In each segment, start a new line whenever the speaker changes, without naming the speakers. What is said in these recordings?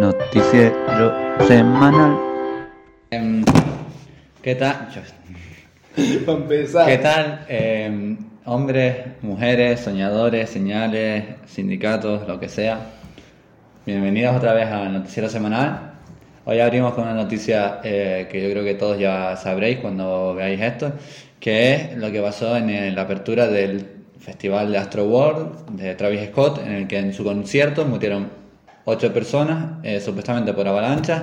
noticiero semanal.
Em, ¿Qué tal? Yo-
Para empezar.
¿Qué tal? em, hombres, mujeres, soñadores, señales, sindicatos, lo que sea. Bienvenidos otra vez a Noticiero Semanal. Hoy abrimos con una noticia eh, que yo creo que todos ya sabréis cuando veáis esto, que es lo que pasó en eh, la apertura del Festival de Astro World de Travis Scott, en el que en su concierto murieron ocho personas, eh, supuestamente por avalanchas,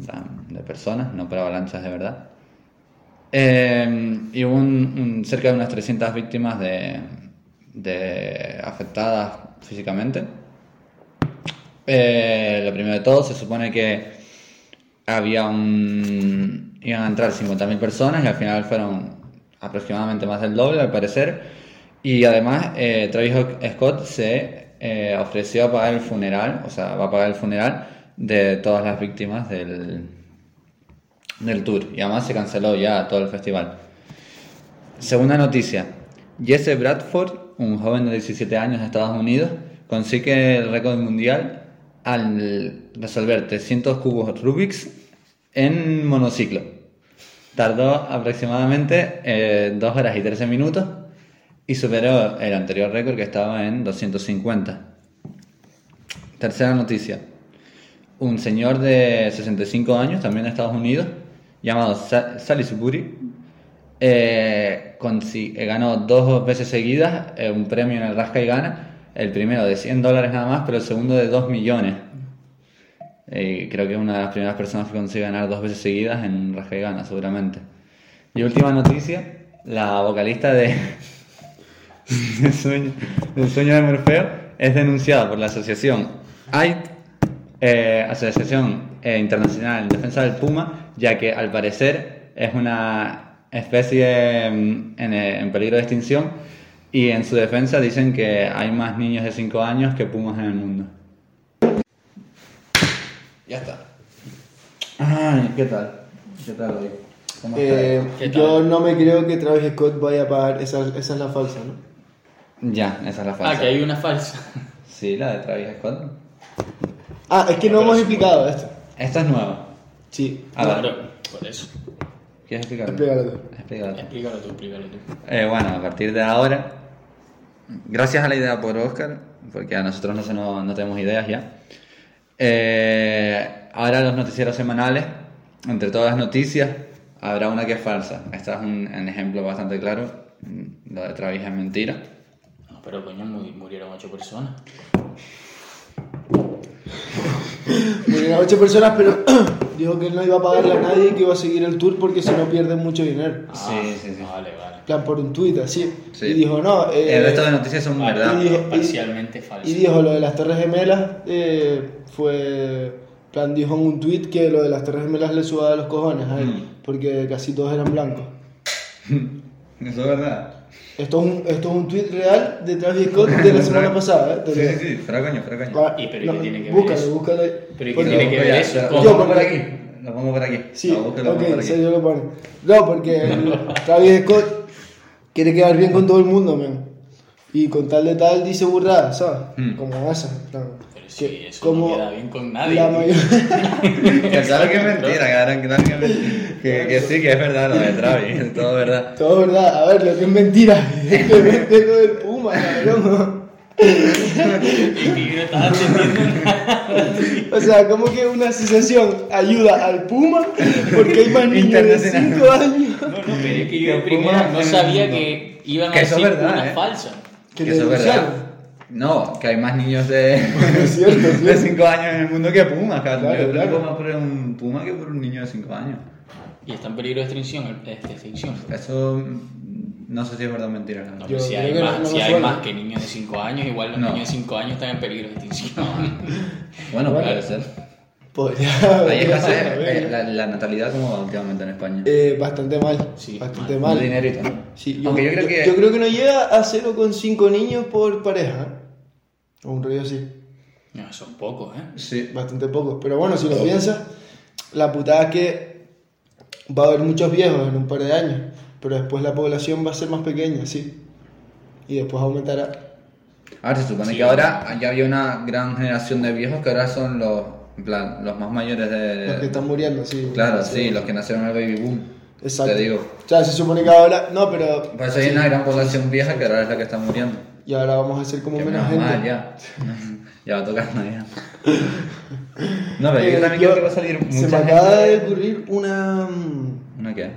o sea, de personas, no por avalanchas de verdad. Eh, y hubo un- un- cerca de unas 300 víctimas de, de afectadas físicamente. Eh, lo primero de todo, se supone que había un... iban a entrar 50.000 personas y al final fueron aproximadamente más del doble, al parecer. Y además, eh, Travis Scott se eh, ofreció a pagar el funeral, o sea, va a pagar el funeral de todas las víctimas del, del tour y además se canceló ya todo el festival. Segunda noticia, Jesse Bradford, un joven de 17 años de Estados Unidos, consigue el récord mundial al resolver 300 cubos Rubik's en monociclo. Tardó aproximadamente 2 horas y 13 minutos y superó el anterior récord que estaba en 250. Tercera noticia, un señor de 65 años, también de Estados Unidos, llamado Sa- Salisbury, eh, consi- eh, ganó dos veces seguidas eh, un premio en el Rasca y Gana, el primero de 100 dólares nada más, pero el segundo de 2 millones. Eh, creo que es una de las primeras personas que consigue ganar dos veces seguidas en un Rasca y Gana, seguramente. Y última noticia, la vocalista de... El sueño, el sueño de Morfeo es denunciado por la asociación AIT, eh, Asociación eh, Internacional en Defensa del Puma, ya que al parecer es una especie mm, en, eh, en peligro de extinción y en su defensa dicen que hay más niños de 5 años que pumas en el mundo. Ya está. Ay, ¿qué tal? ¿Qué tal hoy? ¿Cómo
Eh,
estás? ¿Qué tal?
yo no me creo que Travis Scott vaya a pagar. Esa, esa es la falsa, ¿no?
Ya, esa es la falsa.
Ah, que hay una falsa.
Sí, la de Travis Scott.
Ah, es que no, hemos explicado esto.
Esta es nueva.
Sí.
A ver,
Claro, por eso.
¿quieres explicarlo?
Explícalo tú.
Explícalo tú.
Explícalo tú, explícalo tú.
Eh, bueno, a partir de ahora, gracias a la idea por Oscar, porque a nosotros no, se nos- no tenemos ideas ya, eh, ahora los noticieros semanales, entre todas las noticias, habrá una que es falsa. Este es un, un ejemplo bastante claro, mm, lo de Travis es mentira.
No, pero coño, mu- murieron ocho personas.
Murieron ocho personas, pero dijo que él no iba a pagarle a nadie y que iba a seguir el tour porque si no pierden mucho dinero.
Ah,
Sí, sí, sí.
Vale, vale.
En plan, por un tuit así.
Sí.
Y dijo, no. eh,
El resto de noticias son
Vale,
verdad.
y dijo-
Parcialmente falsa.
Y dijo lo de las Torres Gemelas eh, fue. Plan, dijo en un tuit que lo de las Torres Gemelas le subaba los cojones a él
Mm.
porque casi todos eran blancos.
Eso es verdad.
Esto es un, esto es un tweet real de Travis Scott de la semana pasada. ¿eh?
Sí, sí, sí, fuera coño, fuera coño.
Ah,
¿Y pero y qué tiene que ver
búscalo,
eso?
búscalo.
Pero ¿y qué
Porque-
tiene que ver
Oye,
eso?
Lo
Yo,
pongo por
porque-
aquí. Lo pongo por aquí.
Sí,
Lo busco y lo pongo por
ok,
aquí.
Sergio lo pone. No, porque el Travis Scott quiere quedar bien con todo el mundo, men. Y con tal de tal dice burrada, ¿sabes?
Mm.
Como esa. en plan,
Hmm. Pero
que-
si eso
como
no queda bien con nadie.
La mayor...
Que claro que es mentira, cabrón, que claro que es mentira. Que, que sí, que es verdad lo de Travis, es todo verdad.
todo es verdad. A ver, lo que es mentira. Evidentemente lo del Puma, cabrón.
Y que yo no estaba entendiendo nada.
O sea, como que una asociación ayuda al Puma porque hay más niños de 5 años.
No, no, pero es que yo
Que
de primera
Puma
no
en el
sabía
mundo.
que iban
Que
a
eso es
decir
verdad,
una
eh.
falsa.
Que
eso es verdad.
denunciaron.
No, que hay más niños de
Es cierto, es
de
cierto.
5 años en el mundo que pumas, cabrón.
Claro,
Yo
claro.
preocupo más por un puma que por un niño de 5 años.
Y está en peligro de extinción. De extinción.
Eso mm, no sé si es verdad o mentira. la
No,
verdad.
Yo
si
creo
hay,
que no-
más,
no me
si hay
suena.
más que niños de 5 años, igual los
No.
niños de 5 años están en peligro de extinción.
Bueno,
Bueno.
puede ser.
Podría-
Ahí es
podría
hacer
haber,
la, la natalidad como va últimamente en España.
eh, bastante mal.
Sí,
bastante
Un
mal.
dinerito, ¿no?
Sí, yo,
Aunque yo creo que.
yo creo que no llega a 0,5 niños por pareja. ¿eh? O un rollo así.
No, son pocos, ¿eh?
Sí.
Bastante pocos. Pero bueno, si lo piensas, la putada es que va a haber muchos viejos en un par de años. Pero después la población va a ser más pequeña, sí. Y después aumentará.
Ahora se supone
Sí.
que ahora ya había una gran generación de viejos que ahora son los En plan, los más mayores de...
Los que están muriendo, sí.
Claro, sí, los que nacieron en el baby boom.
Exacto.
Te digo.
O sea, se supone que ahora. No, pero.
Por eso Pues hay una gran población vieja que ahora es la que está muriendo.
Y ahora vamos a ser como
Que
menos
menos
gente.
mal, ya. ya va a tocar Navidad. No, pero
Eh,
yo también
yo-
creo que va a salir mucha
Se me
gente-
acaba de ocurrir una. mm,
¿Una qué?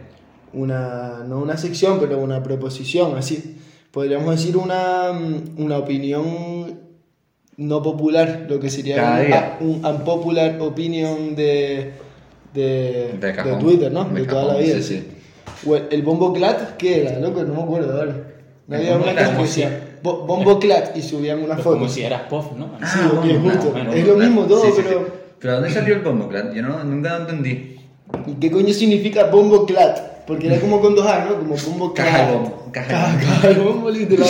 una, no una sección, pero una proposición, así. Podríamos decir una, mm, una opinión no popular, lo
Cada
que sería un,
día.
a- un unpopular opinion de, de,
De cajón.
Twitter, ¿no?
De
De, toda la
cajón,
vida.
sí, sí.
O el, el bombo clat, ¿qué era, loco? No me acuerdo, ahora.
El
No había
bombo
una
clat,
cosa que
como
decía bo- bombo clat y subían una
Pues
foto.
Como si eras pof, ¿no?
Sí,
Ah.
lo que es
bueno,
Ah, justo.
bueno,
Es lo
claro.
mismo todo,
Sí, sí, sí.
pero...
¿Pero dónde salió el bombo, claro? Yo no, nunca lo entendí.
¿Y qué coño significa bombo clat? Porque era como con dos A, ¿no? Como bombo clat.
Caja de bombo, caja de
Caja-
bombo.
caja de bombo, literal.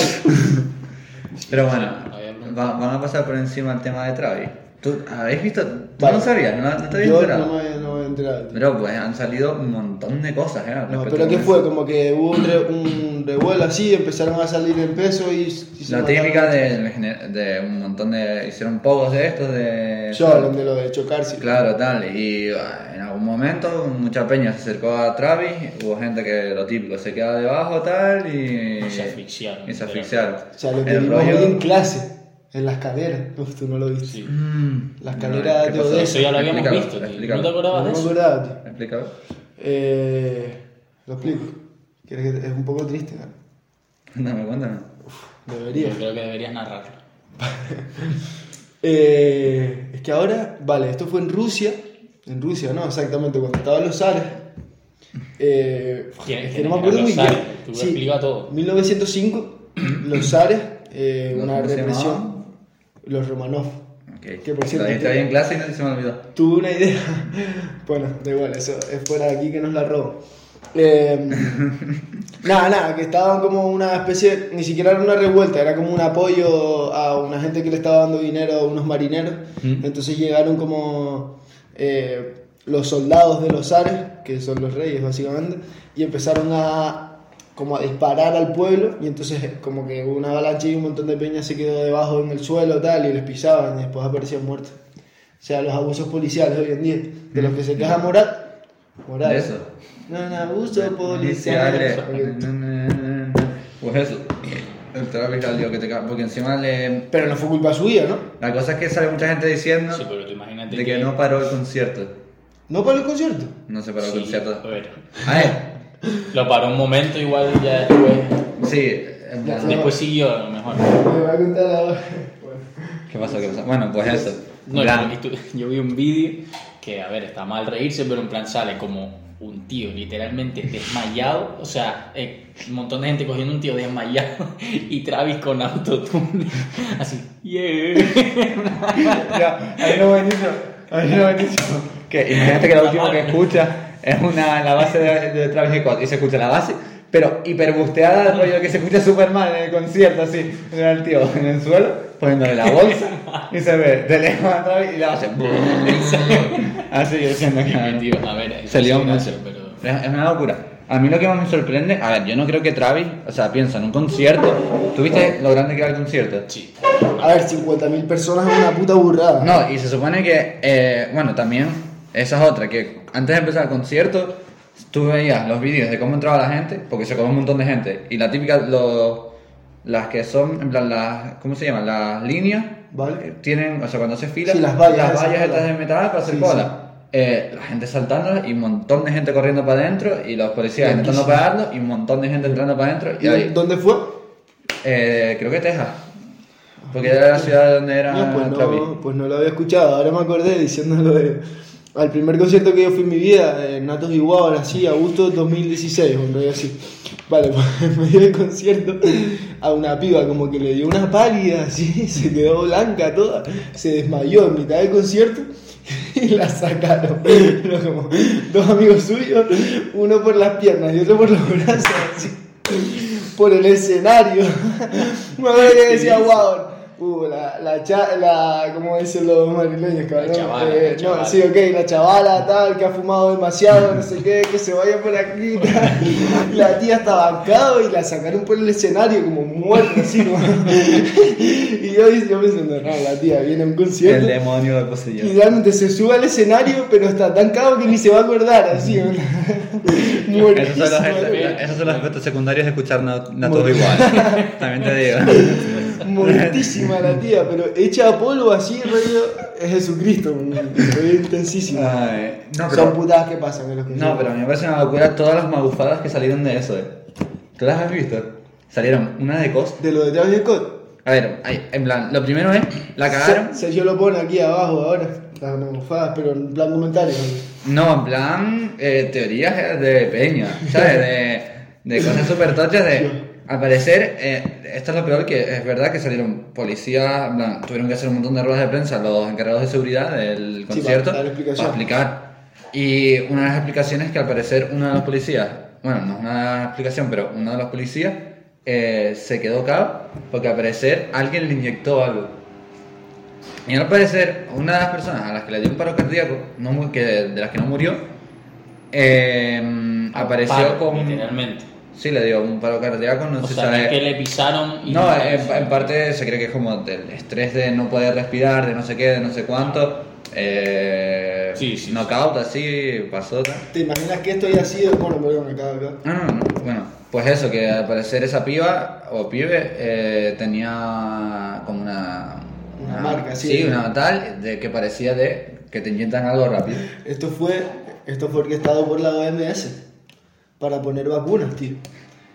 Pero bueno,
había
va- vamos a pasar por encima del tema de Travis. ¿Tú habéis visto? ¿Tú
Vale.
no sabías? ¿No, no te habías
Yo
enterado?
no me, no me he enterado. tío.
Pero pues han salido un montón de cosas, ¿eh? al
No,
respecto
pero
a
¿qué
eso.
fue? Como que hubo un, re- un revuelo así, empezaron a salir en peso y... y se
La
mataron.
típica de, de un montón de... Hicieron pocos de estos de...
Yo, de lo de chocarse.
Claro, tal. Y ah, en algún momento mucha peña se acercó a Travis, hubo gente que lo típico se queda debajo, tal, y...
Y se asfixiaron,
Y se asfixiaron.
O sea, lo que
El
vimos
rollo-
hoy en clase, en las caderas. Uf, tú no lo viste.
Sí.
Mm.
Las carreras
¿qué
de
pasó?
Odessa.
Eso ya lo habíamos
Explícalo,
visto, tío.
explícalo.
¿No te
No
acordabas de
me
eso?
acordaba, tío.
Explícalo.
Eh, lo explico. ¿Quieres que te- Es un poco triste, ¿no?
Cuéntame, cuéntame.
Debería.
Yo creo que deberías narrarlo.
Eh, es que ahora, vale, esto fue en Rusia, en Rusia, ¿no? Exactamente, cuando estaban los zares. Eh,
¿Quién-
es que
quién
no me
eran
acuerdo
los
muy
zares?
bien.
Tú explica todo.
1905, los zares, eh,
¿Cómo
una
se
represión,
llamaban?
los Romanov.
Okay.
Que por cierto,
Lo dijiste
que-
ahí en clase y no se me olvidó.
Tuve una idea. Bueno, da igual, eso es fuera de aquí que nos la robo. Eh, nada, nada, que estaban como una especie, ni siquiera era una revuelta, era como un apoyo a una gente que le estaba dando dinero a unos marineros.
Mm.
Entonces llegaron como eh, los soldados de los zares, que son los reyes básicamente, y empezaron a como a disparar al pueblo y entonces eh, como que hubo una avalancha y un montón de peña se quedó debajo en el suelo tal y les pisaban y después aparecían muertos. O sea, los abusos policiales hoy en día, de los que se queja Morat, Morat.
De eso.
No, no, abuso policial.
Pues eso. El Travis al lío que te cae. Porque encima le...
Pero no fue culpa suya, ¿no?
La cosa es que sale mucha gente diciendo
Sí, pues, pero tú imagínate
de que no paró el concierto.
No para el concierto.
No se paró
Sí,
el concierto.
a ver.
A ver,
Lo paró un momento igual y ya después...
sí, en plan-
Después siguió a lo mejor.
Me va a contar ahora. Bueno.
¿Qué pasó? ¿Qué pasó? Bueno, pues eso.
No,
En plan,
yo, estu- yo vi un vídeo que, a ver, está mal reírse, pero en plan sale como un tío literalmente desmayado, o sea, eh, un montón de gente cogiendo un tío desmayado y Travis con autotune, así, yeah.
Ya, hay uno buenísimo. Hay uno buenísimo. Que imagínate que lo último que escucha es una, la base de, de Travis Scott y se escucha la base, pero hiperbusteada del rollo que se escucha Superman en el concierto, así. Era el tío en el suelo, poniéndole la bolsa y se ve de lejos a Travis y la base. así yo siendo que.
Y, tío, a ver,
Se lió
sí,
mucho.
gracias, pero...
Es, es una locura. A mí lo que más me sorprende, a ver, yo no creo que Travis, o sea, piensa en un concierto. ¿Tuviste lo grande que era el concierto?
Sí.
A ver, 50.000 personas es una puta burrada.
No, y se supone que, eh, bueno, también, esa es otra, que antes de empezar el concierto, tú veías los vídeos de cómo entraba la gente, porque se comió un montón de gente, y la típica, lo- las que son, en plan, las, ¿cómo se llaman? Las líneas,
Vale.
eh, tienen, o sea, cuando se fila,
Sí, las vallas
las
esas,
vallas estas de
claro.
metal para hacer
Sí,
cola. Eh, la gente saltándolas y un montón de gente corriendo para adentro, y los policías intentando pararlo, y un montón de gente entrando para adentro, y
¿Y
ahí,
¿Dónde fue?
eh, creo que Texas, porque era la ciudad donde era
Mira, pues,
Travis.
no, pues no lo había escuchado, ahora me acordé diciéndolo de... Al primer concierto que yo fui en mi vida, en Natos y Guau, ahora sí, agosto 2016, un rollo así. Vale, pues en medio del concierto a una piba como que le dio una pálida, así, se quedó blanca toda, se desmayó en mitad del concierto y la sacaron. Pero como dos amigos suyos, uno por las piernas y otro por los brazos, así, por el escenario. Una vez que decía, wow, Uh, la, la, cha- la, ¿cómo dicen los madrileños, cabrón?
chavala,
Eh,
la
no,
chavala.
sí, ok, la chavala, tal, que ha fumado demasiado, no sé qué, que se vaya por aquí, tal. La tía estaba bancado y la sacaron por el escenario como muerta, así, como... Y yo, yo pensando, no, la tía viene a un concierto.
El demonio de
Y
poseyó.
realmente se sube al escenario, pero está tan cabo que ni se va a acordar, así, ¿verdad?
Esos son, los,
Muertísima,
efectos-
esos son los efectos secundarios de escuchar na- Natos igual. También te digo.
muertísima la tía, pero hecha a polvo así, rollo, es Jesucristo, rollo intensísimo.
Ay, no,
Son
pero,
putadas que pasan en los
no, pero a mí me parece una locura todas las magufadas que salieron de eso. eh. ¿Tú las has visto? Salieron una de cosas.
De lo de Travis Scott.
A ver, ay, en plan, lo primero es, la cagaron.
Se- Sergio lo pone aquí abajo ahora, las mofadas, pero en plan comentario.
No, en plan, eh, teorías de peña, ¿sabes? De, de cosas súper tochas de... Al parecer, eh, esto es lo peor que es verdad que salieron policías, en plan, tuvieron que hacer un montón de ruedas de prensa los encargados de seguridad del
para
concierto
dar explicación.
explicar. Y una de las explicaciones es que al parecer uno de los policías, bueno, no es una explicación, pero uno de los policías eh, se quedó cao porque al parecer alguien le inyectó algo. Y al parecer, una de las personas a las que le dio un paro cardíaco, no mu- que, de las que no murió, eh, apareció
Paro,
con.
Literalmente.
Sí, le dio un paro cardíaco, no
O
se
sea, no
sabe.
es que le pisaron y
No, en, en parte se cree que es como del estrés de no poder respirar, de no sé qué, de no sé cuánto. Eh,
Sí, sí,
knockout, así, pasota.
¿Te imaginas que esto haya sido? Bueno, perdón, acá, acá.
No, no, no. Bueno, pues eso, que al parecer esa piba o pibe eh, tenía como una.
Una marca, sí.
Sí, una tal, de que parecía de que te inyectan algo rápido.
Esto fue, esto fue orquestado por la OMS para poner vacunas, tío.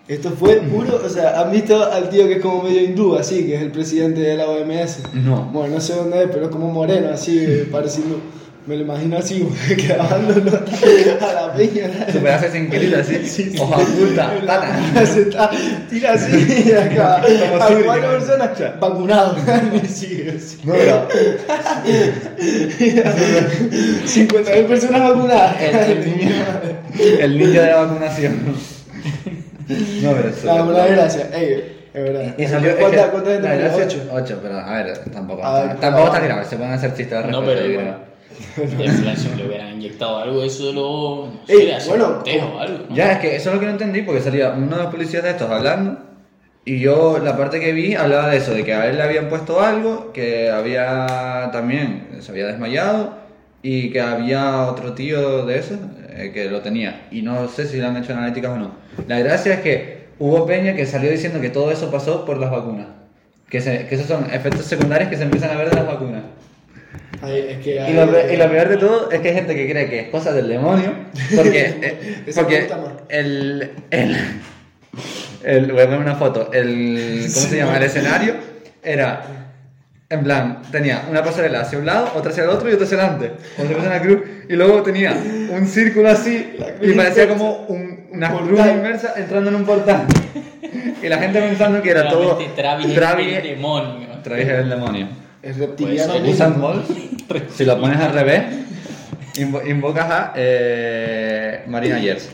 Esto fue puro, o sea, han visto al tío que es como medio hindú, así, que es el presidente de la OMS.
No.
Bueno, no sé dónde es, pero es como moreno, así, eh, pareciendo, me lo imagino así, que dándolo a la peña.
Super hace sin querer, así.
Sí, sí.
Hoja oculta, tana.
Se está- tira así y acá.
Como
A
Siri,
cuatro
¿no?
personas vacunados. Y sigue así.
No, pero
50.000 personas vacunadas.
el, el niño, el niño de la vacunación. No, pero eso.
La verdad es gracia. Ey, es verdad.
Y salió
¿Cuánta,
es que-
cuánta gente
la
murió?
gracia-
Ocho.
ocho, pero a ver, tampoco.
A ver,
tampoco
por
está
favor.
grave, se pueden hacer chistes al
No,
respecto.
pero
yo
igual. En plan, si le hubieran inyectado algo, eso lo. No
Ey,
sé, hace
bueno, oh,
un tejo o algo.
creo.
¿no?
Ya, es que eso es lo que no entendí, porque salía uno de los policías de estos hablando. Y yo, la parte que vi, hablaba de eso, de que a él le habían puesto algo, que había también, se había desmayado, y que había otro tío de eso eh, que lo tenía. Y no sé si le han hecho analíticas o no. La gracia es que hubo Peña que salió diciendo que todo eso pasó por las vacunas. Que, se- que esos son efectos secundarios que se empiezan a ver de las vacunas.
Ay, es que,
Y
ay,
lo, pe- y lo peor de todo es que hay gente que cree que es cosa del demonio, porque, eh,
Esa
porque
puta, amor.
el, el, el- voy a poner una foto, el, ¿cómo se llama? El escenario era, en plan, tenía una pasarela hacia un lado, otra hacia el otro y otra hacia adelante, otra hacia la cruz, y luego tenía un círculo así,
La cruz
y parecía
inversa.
como un- una
Portal.
cruz inversa entrando en un portal, y la gente pensando que era todo
Realmente Travis,
Travis-
es el demonio.
Travis es el demonio.
Es reptiliano.
Pues,
niño.
Usain Bolt, si lo pones al revés, invo- invocas a eh, Marina Yers.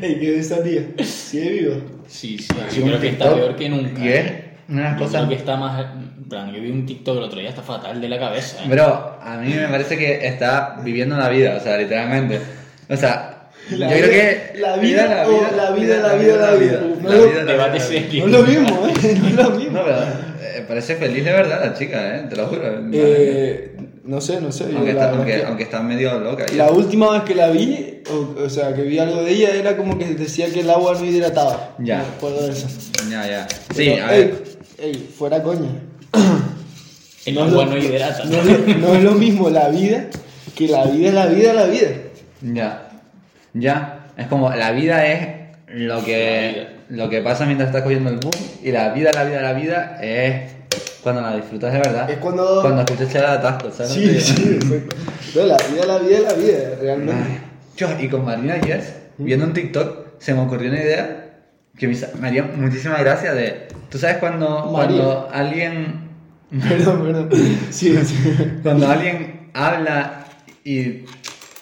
Ey, ¿qué es esa tía? Sigue viva.
Sí, sí, yo creo que está peor que nunca. ¿eh?
Y es una de las
Yo
cosas.
creo que está más. en plan, yo vi un TikTok el otro día, está fatal de la cabeza. ¿eh?
Bro, a mí me parece que está viviendo la vida, o sea, literalmente. O sea,
La
yo creo
vida-
que.
la vida o la vida, la vida, la vida. No
La
lo-
vida, la
Debate
vida.
serio.
No es lo mismo, ¿eh? No es lo mismo.
No, pero eh, parece feliz de verdad la chica, eh, te lo juro.
Eh, no sé, no sé. yo
aunque,
la
está,
verdad
aunque,
es que-
aunque está medio loca. y
La
eso.
última vez que la vi, o, o sea, que vi algo de ella, era como que decía que el agua no hidrataba.
Ya.
Me acuerdo de eso.
Ya, ya. Sí,
Pero,
a ver.
Ey, ey, fuera coña.
El
no
agua
lo-
no hidrata.
No es, lo, no es lo mismo la vida que la vida es la vida, la vida.
Ya, ya. Es como la vida es lo
La vida.
que, lo que pasa mientras estás cogiendo el boom y la vida, la vida, la vida es cuando la disfrutas de verdad.
Es cuando-
Ah, Cuando escuchas el atasco, ¿sabes?
Sí, sí, exacto. No, la vida, la vida, la vida, realmente.
Ay, yo, y con Marina Yes,
¿Mm?
viendo un TikTok, se me ocurrió una idea que me, hizo- me haría muchísima gracia de... ¿Tú sabes cuando,
María.
cuando alguien...
Perdón, perdón. Sí, sí.
Cuando alguien habla y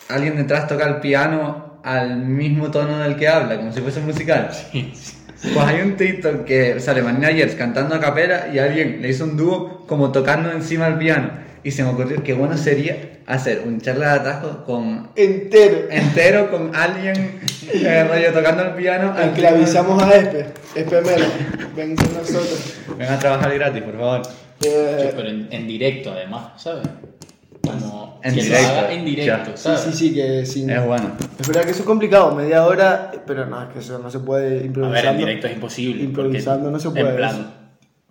alguien detrás toca el piano al mismo tono del que habla, como si fuese un musical. Pues hay un TikTok que sale Marina Yers cantando a capela y alguien le hizo un dúo como tocando encima del piano. Y se me ocurrió que bueno sería hacer un charla de atasco con
Entero.
entero con alguien eh, rollo tocando el piano. al que-
Esclavizamos a Espe. Espe Melo. Ven con nosotros.
Ven a trabajar gratis, por favor.
Eh,
Pero en, en directo, además, ¿sabes? Como
En
que lo
directo,
haga en directo,
ya.
sí,
¿sabes?
sí, sí, que sin.
Es bueno.
Es verdad que eso es complicado, media hora, pero no, es que eso no se puede
A
improvisar.
ver, en directo es imposible. porque
improvisando no se puede
En
eso.
plan,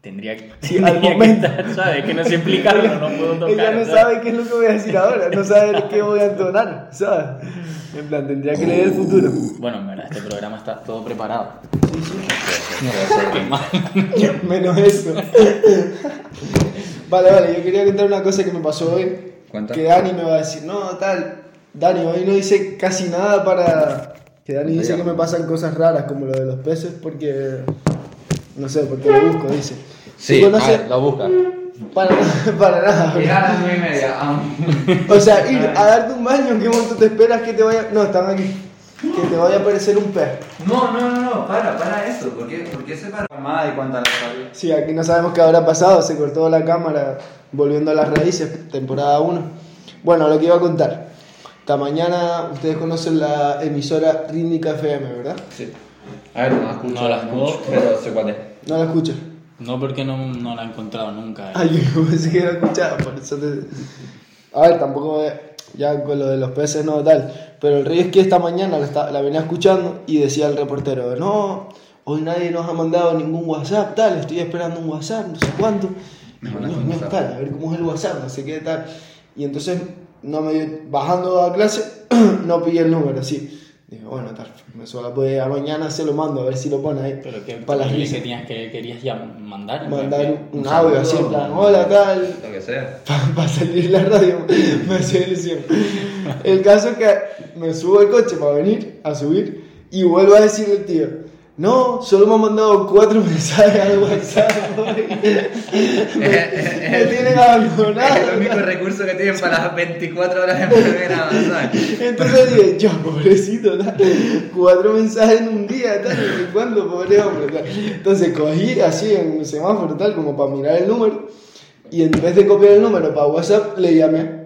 tendría, que-
Sí, al
tendría que
momento.
estar, ¿sabes? Que no sé explicarlo, no puedo tocar.
Ella no sabe qué es lo que voy a decir ahora, no sabe qué voy a entonar, ¿sabes? En plan, tendría que leer el futuro.
Bueno, en verdad, este programa está todo preparado. Qué
Pero
mal.
Menos eso. vale, vale, yo quería contar una cosa que me pasó hoy.
Cuenta.
Que Dani me va a decir, no, tal. Dani, hoy no dice casi nada para. Que Dani dice que me pasan cosas raras, como lo de los peces, porque. No sé, porque lo busco, dice.
Sí,
Tú conoces-
a ver, lo busca.
Para, para nada. bro.
a las nueve y media.
O sea, ir a darte un baño, ¿en qué momento te esperas que te vaya.? No, están aquí. Que te vaya a aparecer un pez.
No, no, no, no, para, para eso. ¿Por qué, por qué se para? Mamada y cuánta la sabía.
Sí, aquí no sabemos qué habrá pasado, se cortó la cámara volviendo a las raíces, temporada 1. Bueno, lo que iba a contar. Esta mañana ustedes conocen la emisora Rítmica FM, ¿verdad?
Sí. A ver, no la escucho.
No la escucho.
Pero sé cuál es.
No la escuchas.
No, porque no, no la he encontrado nunca. eh.
Ay, yo pensé que la escuchaba, por eso te... A ver, tampoco eh, ya con lo de los peces no tal, pero el rey es que esta mañana la, esta- la venía escuchando y decía el reportero, no, hoy nadie nos ha mandado ningún WhatsApp, tal, estoy esperando un WhatsApp, no sé cuánto.
Me
Y
mandaste
no,
un
no
WhatsApp.
tal, a ver cómo es el WhatsApp, no sé qué tal. Y entonces, no me dio- bajando a clase, no pillé el número, sí. Dije, bueno, tal, me suena, pues a mañana se lo mando, a ver si lo pone ahí.
Pero que,
para las
que,
risas.
tenías que querías ya mandar.
Mandar un, un
Un
audio así, en
saludo.
plan, hola, tal,
Lo que sea.
para salir en la radio me hacía ilusión. El caso es que me subo al coche para venir a subir y vuelvo a decir el tío, no, solo me han mandado cuatro mensajes al WhatsApp. hoy". me, me tienen
Es el
abandonado.
único recurso que tienen para las 24 horas enfermeras, ¿sabes?
Entonces dije, yo, pobrecito, tal, cuatro mensajes en un día, tal, ¿y cuándo, pobre hombre? tal. Entonces cogí así en un semáforo, tal, como para mirar el número, y en vez de copiar el número para WhatsApp, le llamé.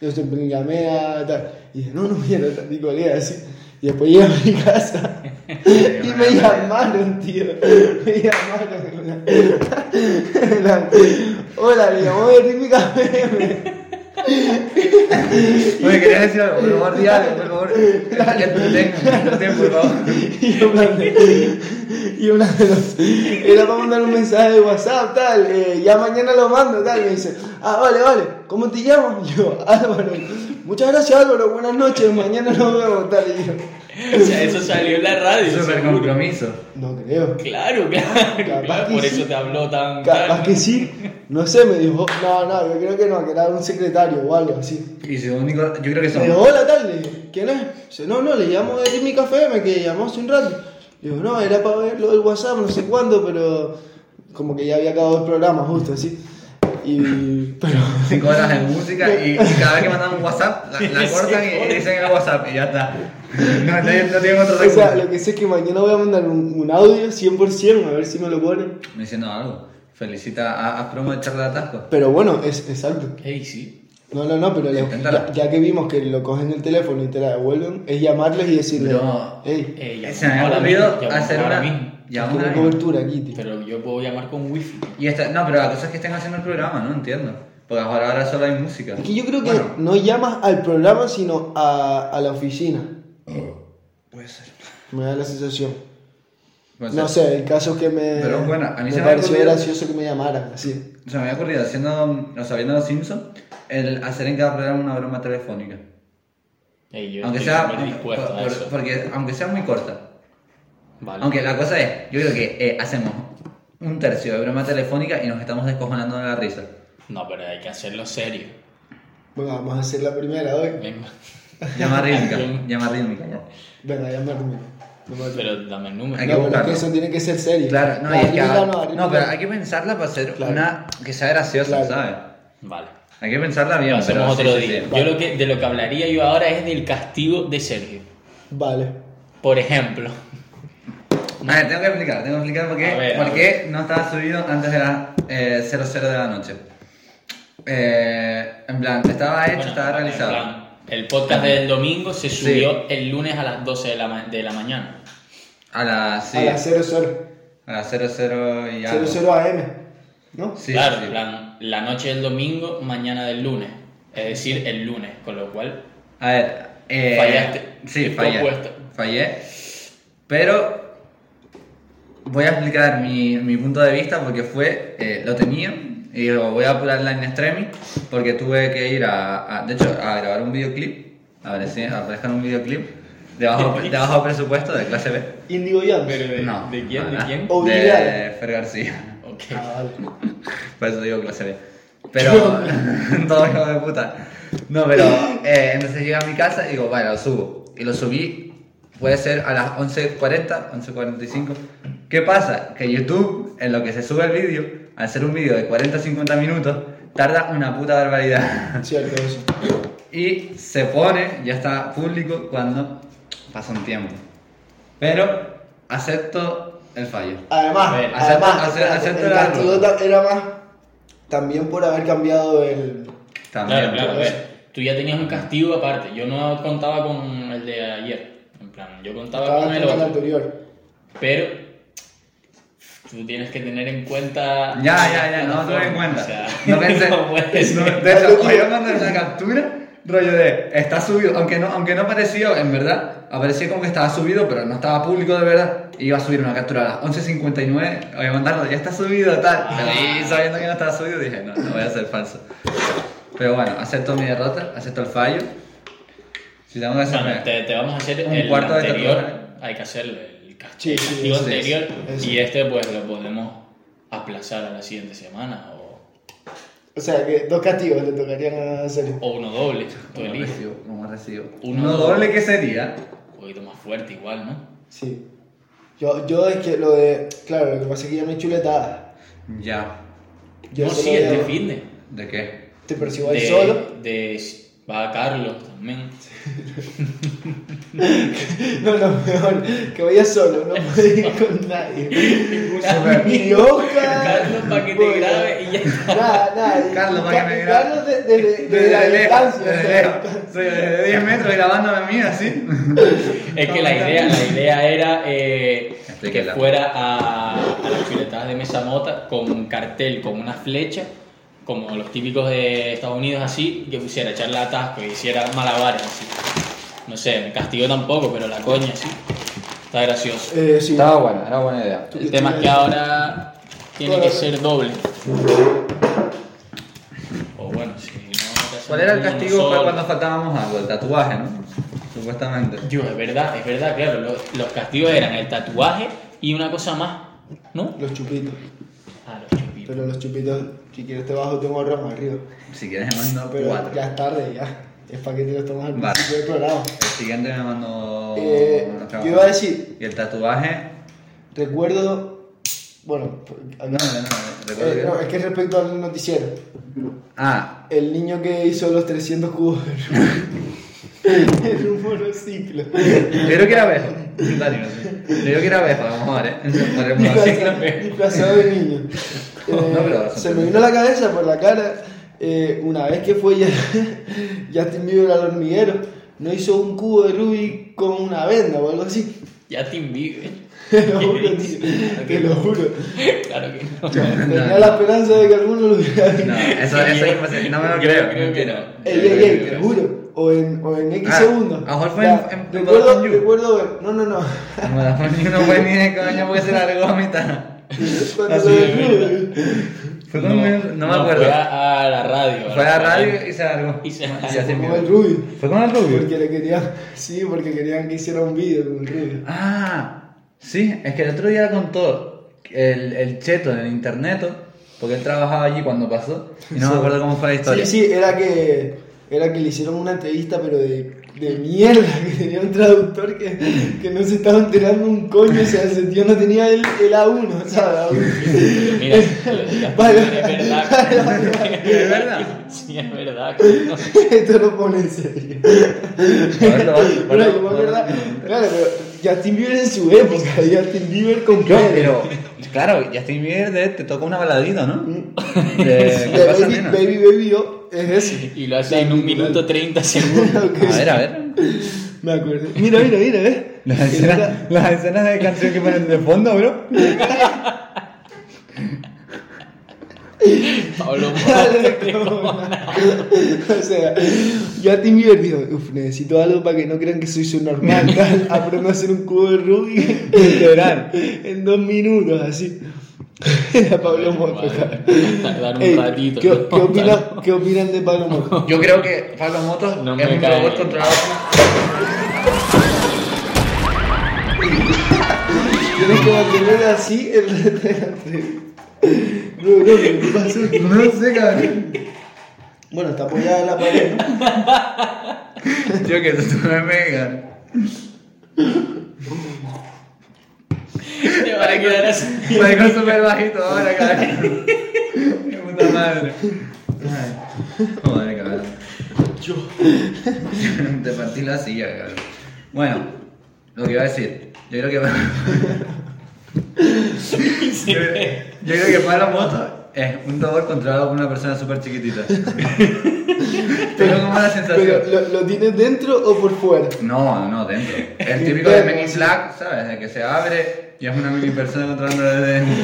Yo siempre llamé a tal, y dije, no, no, mira, tal, y colgué así. Y después llegué a mi casa y me llamaron, tío. Me llamaron. en plan, Hola, me llamó de Rítmica FM.
Oye, querías decir algo, por favor, di algo, por favor. Tengo tiempo, por favor.
y una de, y una de los- era para mandar un mensaje de WhatsApp, tal, eh, ya mañana lo mando, tal, me dice, ah, vale, vale, ¿cómo te llamas? Yo, Álvaro, muchas gracias Álvaro, buenas noches, mañana nos vemos, tal, y yo,
O sea, eso salió en la radio.
Súper
seguro.
compromiso.
no creo,
Claro, claro.
Capaz
claro,
que
Por
sí.
eso te habló tan.
capaz
tan-
que sí, no sé, me dijo, no, no, yo creo que no, que era un secretario o algo así.
Y su único, yo creo que
Le digo,
son.
Eh, hola, tal, le dije, ¿quién es? Dice, no, no, le llamo de mi café, me que llamó hace un rato. Le digo, no, era para ver lo del WhatsApp, no sé cuándo, pero como que ya había acabado el programa, justo así. Y. Pero.
5 horas de música y, y cada vez que mandan un WhatsApp la, la cortan y, y dicen el WhatsApp y ya está. No, no, no tienen otro
O sea,
recurso.
lo que sé es que mañana voy a mandar un, un audio 100%, a ver si me lo ponen.
Me diciendo algo. Felicita a, a promo de charla de atasco.
Pero bueno, es exacto.
Ey, sí.
No, no, no, pero le-
Inténtala.
ya, ya que vimos que lo cogen el teléfono y te la devuelven, es llamarles y decirles,
No.
hey,
Eh, llamamos
Se me
ahora
había olvidado
mismo, llamamos
hacer
ahora
una.
mismo.
ya
tengo
una-
cobertura aquí, tío.
Pero yo puedo llamar con wifi.
Y esta, no, pero la cosa es que estén haciendo el programa, no entiendo. Porque ahora, ahora solo hay música.
Es que yo creo que
Bueno,
no llamas al programa, sino a, a la oficina.
puede ser.
Me da la sensación.
Puede
no
ser.
sé, el caso es que me,
Pero bueno, a mí
me
se me ha
pareció
ocurrido-
gracioso que me llamaran, así.
Se me había ocurrido haciendo, o sea, viendo los Simpsons, el hacer en cada programa una broma telefónica.
Ey, yo
Aunque
estoy
sea,
súper dispuesto a
por-
eso.
porque, aunque sea muy corta.
Vale.
Aunque la cosa es, yo creo que eh, hacemos un tercio de broma telefónica y nos estamos descojonando de la risa.
No, pero hay que hacerlo serio.
Bueno, vamos a hacer la primera hoy.
Venga.
Llama rítmica,
Bien.
llama rítmica. ya.
Venga, llamarme.
Pero dame el número.
Hay
no,
que
pero es
buscarlo.
que eso tiene que ser serio.
Claro, no,
La
y es que
rítmica
ahora-
no, la
no,
rítmica
pero
no.
hay que pensarla para hacer
Claro.
una que sea graciosa,
Claro.
¿sabes?
Vale.
Hay que pensarla bien,
Lo
pero
hacemos
sí,
otro
sí,
día.
sí.
Yo lo que, de lo que hablaría yo ahora es del castigo de Sergio.
Vale.
Por ejemplo,
A ver, tengo que explicar, tengo que explicar por qué,
A ver, a
por qué no estaba subido antes de las eh, 00 de la noche. Eh, en plan, estaba hecho,
Bueno,
estaba
en
realizado.
plan, El podcast del domingo se subió el lunes a las 12 de la, ma- de la mañana.
A las, sí,
A las 00.
a las 00 y algo.
00 AM. ¿No?
Sí,
claro,
sí.
en plan, la noche del domingo, mañana del lunes. Es decir, el lunes, con lo cual
A ver, eh,
Fallaste.
Sí,
Tú
fallé.
opuesto.
Fallé. Pero voy a explicar mi, mi punto de vista porque fue, eh, lo tenía y digo, voy a apurarla en extremis porque tuve que ir a, a- de hecho, a grabar un videoclip, a ver si aparezca en un videoclip de bajo, de bajo presupuesto de clase B.
Indigo Jams.
Pero de,
No,
¿de quién? ¿De
nada.
quién?
Oh.
De
Obligado.
Fer García.
Ok.
Ah, vale.
Por eso digo clase B. Pero. todo hijo de puta. No, pero. eh, entonces llegué a mi casa y digo, vale, lo subo. Y lo subí, puede ser a las 11.40, 11.45. ¿Qué pasa? Que YouTube, en lo que se sube el vídeo, al ser un vídeo de 40-50 minutos, tarda una puta barbaridad.
Cierto eso.
Y se pone, ya está público, cuando pasa un tiempo. Pero acepto el fallo.
Además,
A ver,
además
acepto- ace-
espérate,
acepto
el
la
castigo
ruta.
ta- era más también por haber cambiado el...
También.
Claro, claro, a
pues.
ver, tú ya tenías un castigo aparte. Yo no contaba con el de ayer. En plan, yo contaba
Estaba
con
en
el
el
otro.
anterior.
Pero tú tienes que tener en cuenta.
Ya, ya, ya, no lo tuve en cuenta.
O sea,
no pensé.
no puede
no-
ser.
de hecho, hoy me mandé una captura, rollo de, está subido, aunque no, aunque no apareció, en verdad, apareció como que estaba subido, pero no estaba público de verdad. y Iba a subir una captura a las 11.59, voy a mandarlo, ya está subido, tal.
Ah.
Y sabiendo que no estaba subido, dije, no, no voy a ser falso. Pero bueno, acepto mi derrota, acepto el fallo. Si tengo que
Bueno,
hacerme.
te, te vamos a hacer
Un
el
cuarto de
anterior.
tatuaje.
Hay que hacer el cast-
Sí,
el
sí,
castigo
eso
es,
anterior.
eso.
Y este, pues lo podemos aplazar a la siguiente semana. O,
O sea, que dos castigos le tocarían a hacer.
o uno doble. Tú
¿Cómo
eliges.
recibo? ¿Cómo recibo?
Uno
Uno
doble.
doble que sería.
Un poquito más fuerte, igual, ¿no?
Sí. Yo, yo es que lo de... Claro, lo que pasa es que ya me he chuletada.
Ya.
Yo
no,
solo
sí, es de
ya
fitness.
¿De qué?
Te percibo ahí
De,
solo.
de- va Carlos también.
No, no, mejor que vaya solo, no puedo ir con nadie.
Super.
Ni Oscar.
Carlos para que
bueno,
te grabe y ya está.
Nada, nada.
Carlos, para que me grabe.
Carlos de- desde desde la
lejos,
distancia. o
desde
sea,
lejos. Soy de 10 metros grabándome a mí así.
Es que la idea, la idea era eh, que
Explíquela.
fuera a, a las filetas de mesa mota con un cartel, con una flecha, como los típicos de Estados Unidos así, que pusiera echarle atasco y hiciera malabares así. No sé, me castigó tampoco, pero la coña así. Está gracioso.
Eh, sí.
buena, era buena idea.
El tema es que ahora tiene que ser doble. O bueno, si no, te hacen
¿Cuál era el
uno
castigo para
solo.
cuando faltábamos algo? El tatuaje, ¿no? Supuestamente.
Dios, es verdad, es verdad, claro. lo- Los, castigos eran el tatuaje y una cosa más, ¿no?
Los chupitos.
Ah, los chupitos.
Pero los chupitos, si quieres te bajo, te morro más arriba.
Si quieres me mando
Pero
cuatro.
ya es tarde, ya. Es para que te los tomas al
Vale.
principio del programa.
El siguiente me mando.
Eh,
los
yo iba a
trabajos.
decir,
Y el tatuaje.
recuerdo. Bueno,
No, no,
eh,
no, recuerdo
no,
que-
es que respecto al noticiero,
Ah,
el niño que hizo los 300 cubos en un monociclo.
yo creo que era abejo. Dale, no sé. Yo creo que era abejo, a lo mejor, ¿eh? Por el
Disfraza-
monociclo.
Disfrazado de niño. Eh,
No, pero
se me vino a la cabeza por la cara eh, una vez que fue ya, Justin Bieber al hormiguero, no hizo un cubo de Rubik con una venda o algo así.
Ya Tim vive.
Te lo juro, tío. Te lo juro.
Claro que no.
Tenía la esperanza de que alguno lo hubiera visto.
No, eso, eso es imposible. No me lo
Yo
creo.
creo que
mentira.
no.
Ey, ey, ey, te lo juro. O en, o en X
eh, Ah,
segundos.
a lo mejor fue
Ya,
en- en- en
recuerdo,
Vodafone You.
recuerdo ver- No, no, no.
No me la ponía, no fue ni de coña porque se largó a mitad.
Cuando
Así
lo
es,
desnudo,
Fue como un- no, me acuerdo.
Fue a, a la radio.
Fue a la radio y se largó.
Y se-
así
Como el
mismo.
Rubik.
¿Fue con el Ah, rubio?
Porque le querían, sí, porque querían que hiciera un vídeo con el Rubio.
Ah, sí, es que el otro día contó el, el cheto en el internet, porque él trabajaba allí cuando pasó, y no me acuerdo cómo fue la historia.
Sí, sí, era que, era que le hicieron una entrevista, pero de, de mierda, que tenía un traductor que, que no se estaba enterando un coño, o sea, ese tío no tenía el, el A1, ¿sabes?
Mira, lo- lo-
Vale.
es verdad.
Es verdad.
Sí, es verdad. coño.
Esto lo pone en serio.
Roberto, Roberto,
Bueno, como es
Roberto.
verdad, claro, pero Justin Bieber en su época, Justin Bieber con
Yo,
pelo.
pero, claro, Justin Bieber de- te toca una baladita, ¿no?
Mm.
De, eh, ¿Qué
De
pasa,
baby,
nena?
baby, baby, yo, es ese.
Y lo hace en un minuto 30 segundos.
Ok.
A ver, a ver.
Me acuerdo. Mira, mira, mira, eh.
Las escenas, las escenas de canción que ponen de fondo, bro.
Pablo
Dale,
Mote,
cabrona. o sea, Justin Bieber dijo, uff, necesito algo para que no crean que soy su normal, tal, aprendo a hacer un cubo de Rubik
Literal.
en dos minutos, así. Era Pablo Moto,
Madre,
cara.
Tardar un
Ey,
ratito.
¿qué,
¿no?
qué opinan, ¿Qué opinan de Pablo Moto?
Yo creo que Pablo Motos
No
es
me
un
cae.
robot controlado.
Tienes que mantener así el resto de la entrevista. Bro, bro, ¿qué pasó?
No sé, cabrón.
Bueno, está apoyada en la pared, ¿no?
Yo que tú me mega.
Te van a quedar así.
Marico súper bajito ahora, cabrón. Qué puta madre. Ay, Joder, cabrón. Yo. Te partí la silla, cabrón. Bueno, lo que iba a decir. Yo creo que.
Sí.
Yo, yo creo que Pablo Moto es un robot controlado por una persona súper chiquitita. Tengo como la sensación.
Pero, ¿lo, ¿lo tienes dentro o por fuera?
No, no, dentro. El típico de Men in Black, ¿sabes? De que se abre y es una mini persona controlando desde dentro.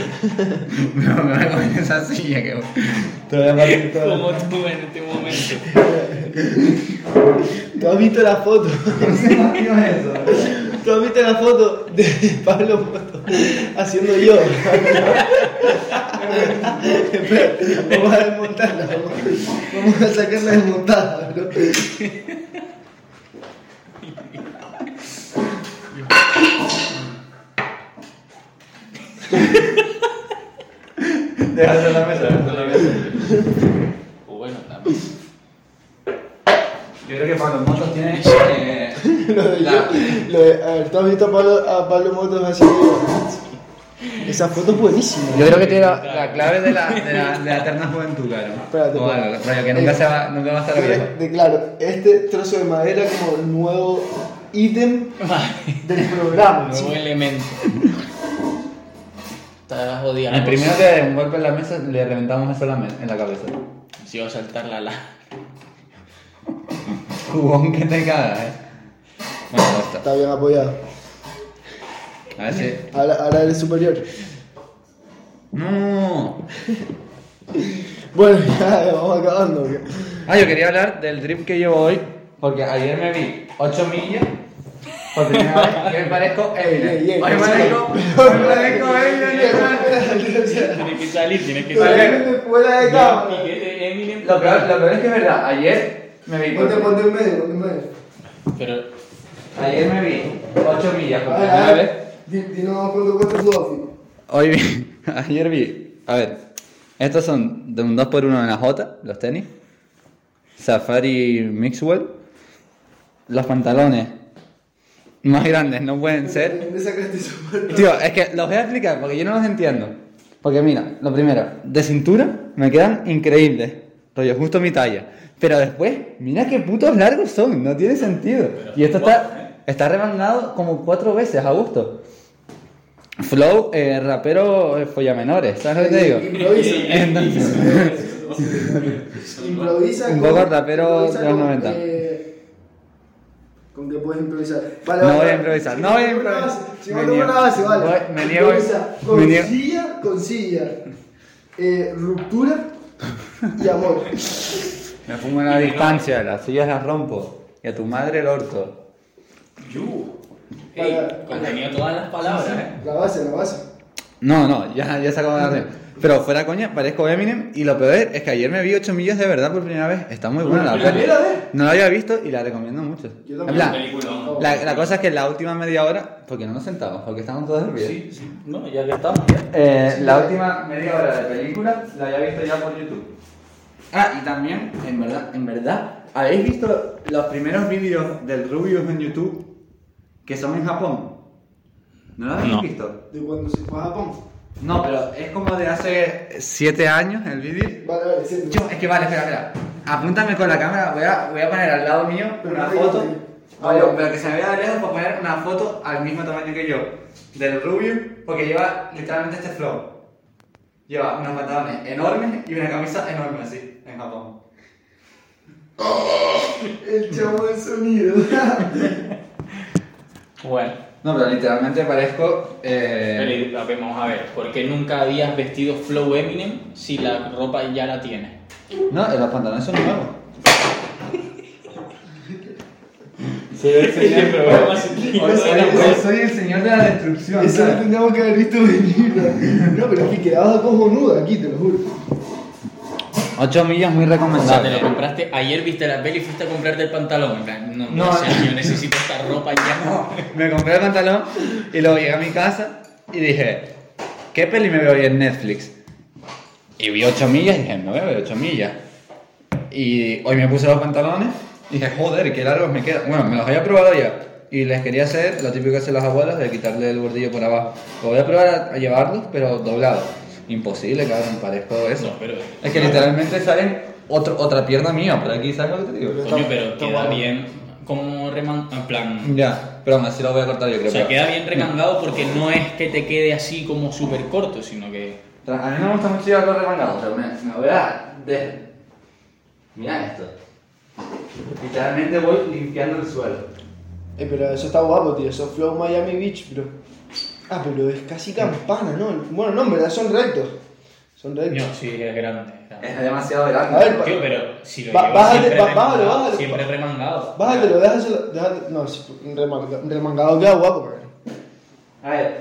No, me voy a comer esa silla que.
Te voy a partir toda la-
Como tú en este momento.
¿Tú has visto la foto?
¿Qué es eso?
¿Tú has visto la foto de Pablo Moto haciendo yo? Espera, vamos a desmontarla. Vamos, vamos a sacarla desmontada, bro.
Déjalo en la mesa, déjalo en la mesa.
O bueno, también.
Yo creo que Pablo Motos tiene. Eh,
Lo de
la-
yo- lo de- a ver, ¿tú has visto a Pablo, a Pablo Moto haciendo yo? Esa foto es buenísima.
Yo creo que tiene la, la clave de la, de la, de la eterna juventud, claro.
Espérate,
o algo,
espérate.
rollo, que nunca, se va, nunca va a estar viejo.
Yo declaro este trozo de madera como el nuevo ítem del programa.
Nuevo
chico.
elemento. Está jodida.
En
la
el
cosa.
primero que de un golpe en la mesa le reventamos eso en la, me- en la cabeza.
Si va a saltar la la.
Cubón que te cagas, eh. Bueno, basta.
Está bien apoyado.
A ver si.
Ahora, ahora eres superior.
¡No!
Bueno, ya vamos acabando. ¿ok?
Ah, yo quería hablar del trip que llevo hoy, porque ayer me vi 8 millas. Por primera vez, y hoy parezco
Ey, ey,
Evil. Hoy
no
parezco,
sé.
hoy parezco Evil, hermano.
Tiene que salir, tiene que
Vale.
salir.
Ponte fuera de
Ya,
cámara.
Piquete, Eminem.
Lo peor, lo peor es que es verdad, ayer me vi. por-
Ponte, ponte en medio, ponte en medio.
Pero
Ayer me vi 8 millas por
A ver,
primera
a
vez.
ver. Di- Dinos cuánto cuesta tu outfit.
Hoy vi, ayer vi, a ver, estos son de un 2x1 en la J, los tenis, Safari Mixwell, los pantalones más grandes no pueden ser.
¿De dónde sacaste eso?
Tío, es que los voy a explicar porque yo no los entiendo. Porque mira, lo primero, de cintura me quedan increíbles. Rollo, justo mi talla. Pero después, mira qué putos largos son, no tiene sentido. Y esto está, está remangado como cuatro veces a gusto. Flow, eh, rapero eh, follamenores, ¿sabes lo que te digo?
Improvisa.
Entonces,
Improvisa.
Un
con-
poco rapero
improvisa
de los
con,
90.
eh, ¿Con qué puedes improvisar? Vale,
no
vale,
voy a
vale.
improvisar,
Si
no voy a
tengo una
improvisar.
base, Si
Me
no tengo
niego.
una base, vale.
Voy- Me niego.
Improvisa Con
me niego-
silla, con silla. Eh, ruptura y amor.
Me fumo a la distancia, las sillas las rompo. Y a tu madre el orto.
Yu. Ey,
Para-
contenido todas las palabras, eh.
La base, la base.
No, no, ya, ya se acabó de darle. Pero fuera coña, parezco Eminem. Y lo peor es que ayer me vi 8 millas de verdad por primera vez. Está muy buena la
¿La
peli.
primera vez?
No la había visto y la recomiendo mucho.
Yo
En
también.
plan,
Peliculón.
la, la cosa es que la última media hora, porque no nos sentamos, porque estamos todos de pie.
Sí, sí. No, ya que estamos.
Eh, la última media hora de película la había visto ya por YouTube. Ah, y también, en verdad, en verdad, ¿habéis visto los primeros vídeos del Rubius en YouTube que son en Japón? ¿No lo habéis
No.
visto?
De cuando se fue a Japón.
No, pero es como de hace 7 años el vídeo.
Vale, vale, siento.
Yo, es que vale, espera, espera. Apúntame con la cámara, voy a, voy a poner al lado mío
Pero
una
no te
foto.
digo,
Oye,
no.
pero que se me vea de lejos para poner una foto al mismo tamaño que yo. Del Rubio, porque lleva literalmente este flow. Lleva unos pantalones enormes y una camisa enorme así, en Japón.
El chavo del sonido.
Bueno,
No, pero literalmente parezco... Eh...
pero a ver, vamos a ver, ¿por qué nunca habías vestido Flow Eminem si la ropa ya la tienes?
No, eh, los pantalones son nuevos. Soy el
Hoy soy- hoy
el señor de la destrucción.
Eso lo tendríamos que haber visto venir. No, pero es que quedabas cojonuda aquí, te lo juro.
8 millas muy
O sea, te
recomendable.
lo compraste, ayer viste la peli y fuiste a comprarte el pantalón. en plan, No,
No.
no, sea, yo necesito esta ropa ya.
me compré el pantalón y luego llegué a mi casa y dije, ¿qué peli me veo hoy en Netflix? Y vi 8 millas y dije, me voy a ver 8 millas. Y hoy me puse los pantalones y dije, joder, qué largos me quedan. Bueno, me los había probado ya. Y les quería hacer lo típico que hacen las abuelas de quitarle el bordillo por abajo. Lo voy a probar a, a llevarlos, pero doblados. Imposible, cabrón, parezco eso.
No, pero-
Es que literalmente salen otro- otra pierna mía por aquí, ¿sabes lo que te digo?
Coño, pero
Está
queda
guapo.
bien como reman... En plan...
Ya, pero aún así lo voy a cortar yo creo.
O sea,
pero-
queda bien remangado porque no es que te quede así como súper corto, sino que...
Tra- A mí me gusta mucho llevar los remangados, pero me, me voy a... De... Mira esto. Literalmente voy limpiando el suelo.
Eh, pero eso está guapo, tío. Eso es Flow Miami Beach, bro. Ah, pero es casi campana, ¿no? Bueno, no, en verdad son rectos. Son rectos.
No, sí, es grande. es grande.
Es demasiado grande.
A ver, pa-
Tío, pero si lo
Ba-
llevas
Eh, bájale,
siempre,
ba- bájale,
remangado,
bájale.
siempre remangado.
Bájatelo, déjaselo. déjate- No, sí, remanga- remangado queda guapo, bro.
A ver.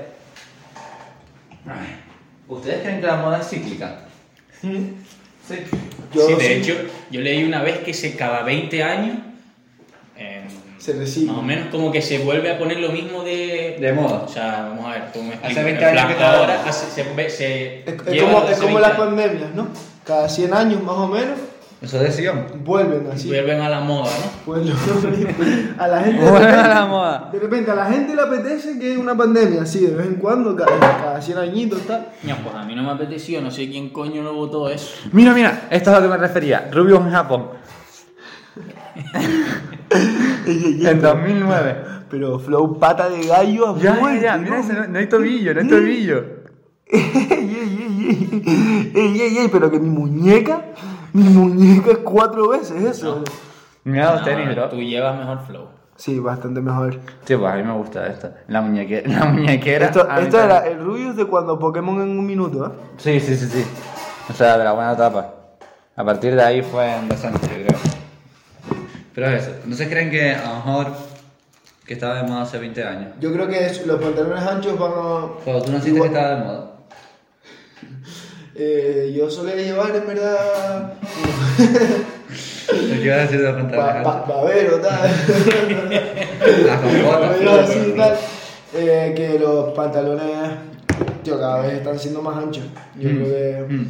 Ay, ¿Ustedes creen que la moda es cíclica? Sí.
Yo
sí, de
sí.
hecho, yo leí una vez que se cada 20 años... eh,
Se recicla.
Más o menos como que se vuelve a poner lo mismo de...
De moda.
O sea, vamos a ver, ¿cómo me
Hace
explico?
20
En plan,
años que estaba-
ahora hace- se... ve- se
Es, es
lleva
como,
desde
es
hace
como
20
las
años.
pandemias, ¿no? Cada 100 años más o menos
Eso decían.
vuelven así.
Vuelven a la moda, ¿no?
Vuelven. a la gente.
Vuelven a la moda.
De repente a la gente le apetece que una pandemia así de vez en cuando, cada, cada 100 añitos, tal.
No, pues a mí no me apeteció, no sé quién coño lo votó eso.
Mira, mira, esto es a lo que me refería. Rubio en Japón. en 2009.
Pero Flow pata de gallo a muerte, ¿no?
no hay tobillo, no hay tobillo.
ey, ey, ey, ey, ey, ey, pero que mi muñeca, mi muñeca es cuatro veces eso.
Mira los
No,
tenis,
no,
bro.
Tú llevas mejor flow.
Sí, bastante mejor.
Sí, pues a mí me gusta esto. La muñequera. La muñequera
Esto,
a mí
esto
también.
era el Rubius de cuando Pokémon en un minuto, ¿eh?
Sí, sí, sí, sí. O sea, de la buena etapa. A partir de ahí fue en bastante, yo creo. Pero es eso. ¿No se creen que a lo mejor que estaba de moda hace 20 años?
Yo creo que es- los pantalones anchos van a...
Cuando tú naciste que
Igual-
estaba de moda.
eh, yo solía llevar, en verdad,
Lo que iba a decir de la
ba-
pantalla.
ba- babero, tal.
Las compotas.
Pero así, tal. Eh, que los pantalones, tío, cada vez están siendo más anchos. Yo
Mm.
creo que...
Mm.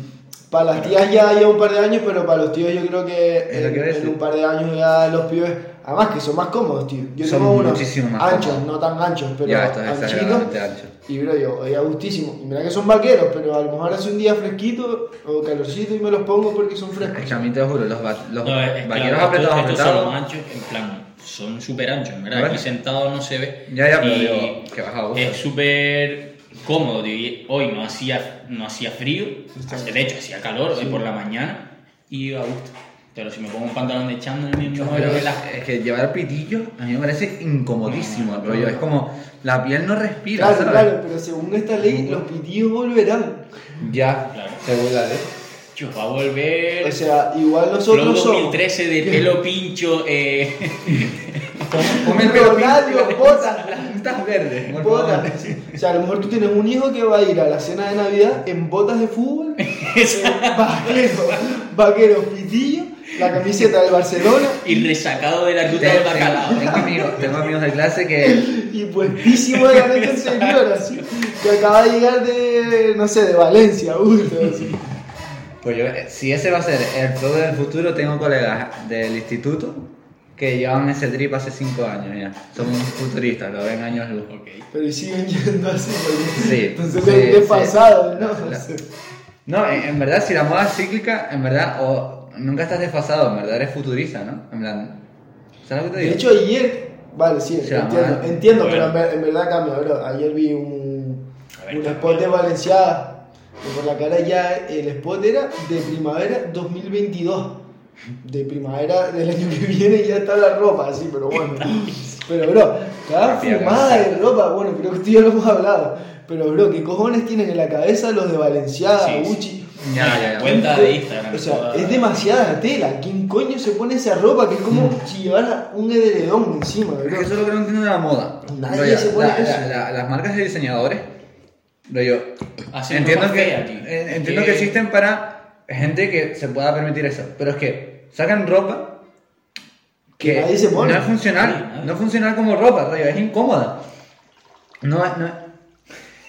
Para las tías ya hay un par de años, pero para los tíos yo creo que
Es lo
en,
que iba a
en
decir.
un par de años ya los pibes, además que son más cómodos, tío. Yo
Son
tengo unos
muchísimo más
anchos,
cómodos.
no tan anchos, pero
Ya, esto es
anchitos.
exageradamente ancho.
Y bro, yo hoy a gustísimo. Y mira que son vaqueros, pero a lo mejor hace un día fresquito o calorcito y me los pongo porque son
Es
frescos.
que a mí te juro, los, va- los
No, es-
vaqueros
es claro, estos-
apretados,
estos
apretados.
son anchos, en plan, son súper anchos, en ¿verdad?
¿Verdad?
Aquí sentado no se ve.
Ya, ya, pero
Y
digo, que baja a gusto.
Es súper cómodo, tío. y hoy no hacía, no hacía frío, hace- de hecho hacía calor hoy por la mañana y a gusto. Pero si me pongo un pantalón de chándal, mi
Yo
no
creo
veo
que
las
la- es que llevar pitillo a mí me parece incomodísimo, rollo. Es como la piel no respira.
Claro,
¿sabes?
claro, pero según esta ley, los pitillos volverán.
Ya,
Claro.
según la ley.
Yo va a volver.
O sea, igual
Flow
nosotros somos.
2013 de pelo pincho. Eh,
Come el pelo
Ronaldo,
pinto,
botas,
las puntas verdes. por favor.
botas. O sea, a lo mejor tú tienes un hijo que va a ir a la cena de Navidad en botas de fútbol, vaqueros, vaqueros pitillo, la camiseta del Barcelona
y resacado de la ruta del
Tengo,
bacalao.
tengo- tengo amigos, tengo amigos de clase que.
y puestísimo de la noche anterior, así. Que acaba de llegar de, no sé, de Valencia, justo, así.
Pues yo, eh, si ese va a ser el flow del futuro, tengo colegas del instituto que llevan ese trip hace 5 años ya. Son unos futuristas, lo ven años luz.
Ok.
Pero y siguen yendo así, porque-
Sí,
Entonces
sí,
es
sí.
desfasado, ¿no?
La- No, en, en verdad, si la moda es cíclica, en verdad, o nunca estás desfasado, en verdad eres futurista, ¿no? En plan, ¿sabes lo que te
De
digo?
hecho, ayer. Vale, sí,
O sea,
entiendo,
mal.
entiendo
Bueno.
pero en ver- en verdad cambia, bro. Ayer vi un,
A ver,
un
cambia.
spot de Valenciaga. que por la cara ya el spot era de primavera 2022. De primavera del año que viene ya está la ropa, así, pero bueno. Pero, bro, cada
Rápida,
fumada
claro.
de ropa, bueno, creo que esto ya lo hemos hablado. Pero, bro, ¿qué cojones tienen en la cabeza los de Valenciaga,
Sí, sí.
Gucci?
Ya, ya, ya.
Cuenta de Instagram.
O sea,
toda-
es demasiada tela. ¿Quién coño se pone esa ropa? Que es como
Hmm.
si llevara un edredón encima,
Pero
bro.
eso es lo que no entiendo de la moda.
Nadie
Rollo,
se pone
la-
eso.
la- la- las marcas de diseñadores, rollo,
Hacen
entiendo
ropa
que,
fea, tío.
eh,
Es
entiendo que
que-
existen para gente que se pueda permitir eso, pero es que sacan ropa que,
Que nadie se pone.
no es
Sí,
funcional,
nadie.
no es funcional como ropa, rollo, es incómoda. No, es- no, es-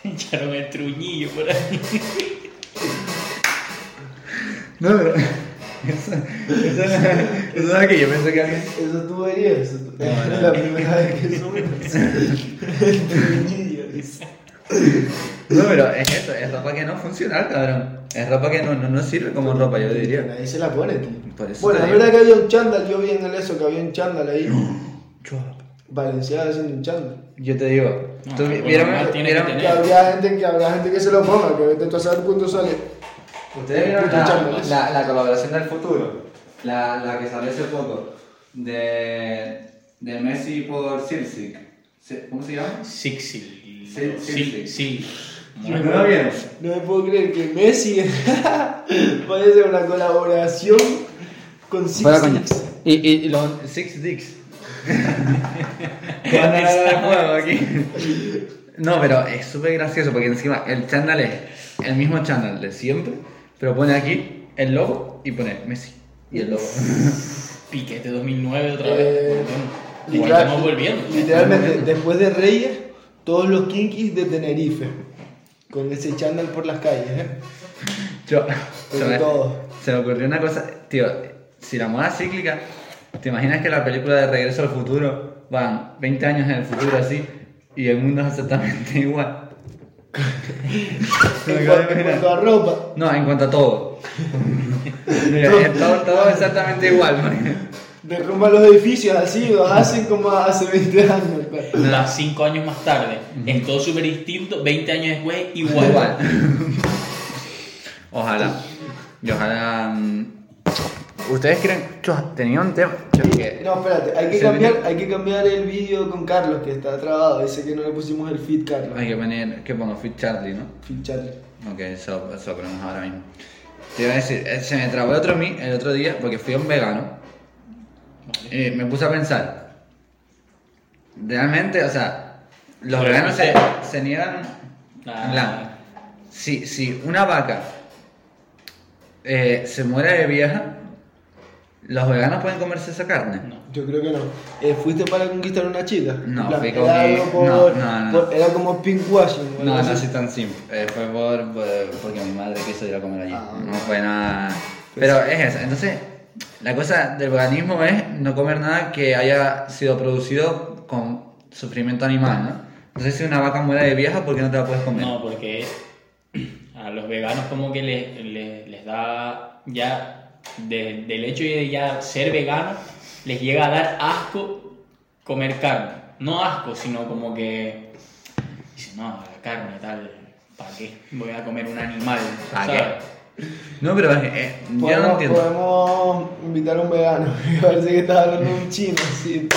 Echaron el truñillo por ahí.
no, pero- eso, eso, eso es que yo pensé que alguien...
Eso tú verías. eso tú- Es la primera vez que somos.
No, pero es eso, es ropa que no es funcional, cabrón. Es ropa que no, no, no sirve como ropa, yo diría.
Nadie se la pone, tío.
Por eso
Bueno,
te
la
digo.
verdad que había un chándal. Yo vi en el eso que había un chándal ahí.
Yo-
Valenciaga haciendo un chándal.
Yo te digo,
No,
tú vi-
algo
vieron,
normal tiene que
vieron-
tener.
Que habrá gente que, habrá gente que se lo ponga, que vete tú a saber cuándo sale.
ustedes vieron
Puto
la,
chándal.
la- la colaboración del futuro, la, la que salió hace poco, de, de Messi por Silsic. Se- ¿Cómo se llama?
Sixil.
Sí, sí,
Sí, sí.
¿No lo vieron?
No me puedo creer que Messi vaya a hacer una colaboración con Six Six.
Y, y, y los Six Dicks. Van a dar el juego aquí. No, pero es súper gracioso porque encima el chándal es el mismo chándal de siempre, pero pone aquí el logo y pone Messi. Y el logo.
Piquete 2009 otra
Eh,
vez. Bueno, es que estamos volviendo.
Literalmente, después de Reyes, todos los kinkis de Tenerife. Con ese chándal por las calles, ¿eh?
Yo,
Pero
se me,
Pues todo.
se me ocurrió una cosa, tío, si la moda es cíclica, ¿te imaginas que la película de Regreso al Futuro van 20 años en el futuro así y el mundo es exactamente igual?
En cuanto, en cuanto a ropa.
No, en cuanto a todo. Mira, es todo, todo exactamente igual. porque-
Derrumba los edificios así, los hacen como hace 20 años. claro.
Las 5 años más tarde. Es todo súper distinto. 20 años después, igual.
Igual. Ojalá. Y ojalá. mm, ¿Ustedes creen? Yo tenía un tema. Yo que-
No, espérate, hay que,
se
cambiar,
viene-
hay que cambiar el vídeo con Carlos, que está trabado. Ese que no le pusimos el feed, Carlos.
Hay que poner. Que pongo Fit Charlie, ¿no?
Feed Charlie.
Ok, eso, eso lo ponemos ahora mismo. Te iba a decir, eh, se me trabó otro mí el otro día porque fui a un vegano. Y me puse a pensar. Realmente, o sea, los
Pero
veganos
no
se,
sé.
se niegan.
Ah.
en plan, si, si una vaca eh, se muere de vieja, ¿los veganos pueden comerse esa carne?
No.
Yo creo que no. Eh, ¿Fuiste para conquistar una chica?
No,
En plan,
fui con
era,
mi-
algo por-
no, no, no.
por- era como pinkwashing. o
No,
algo
no
así.
así tan simple. Eh, fue por, por- porque mi madre quiso ir a comer allí.
Ah.
no fue nada. Pero es eso. Entonces, la cosa del veganismo es no comer nada que haya sido producido con sufrimiento animal, ¿no? Entonces, si una vaca muere de vieja, ¿por qué no te la puedes comer?
No, porque a los veganos como que les, les, les da ya, de- del hecho de ya ser vegano, les llega a dar asco comer carne. No asco, sino como que dicen, no, la carne tal, ¿para qué? Voy a comer un animal.
¿Pa'
¿sabes?
No, pero es que, eh, yo no
Podemos,
entiendo.
podemos invitar a un vegano. A ver si que estás hablando de un chino, así.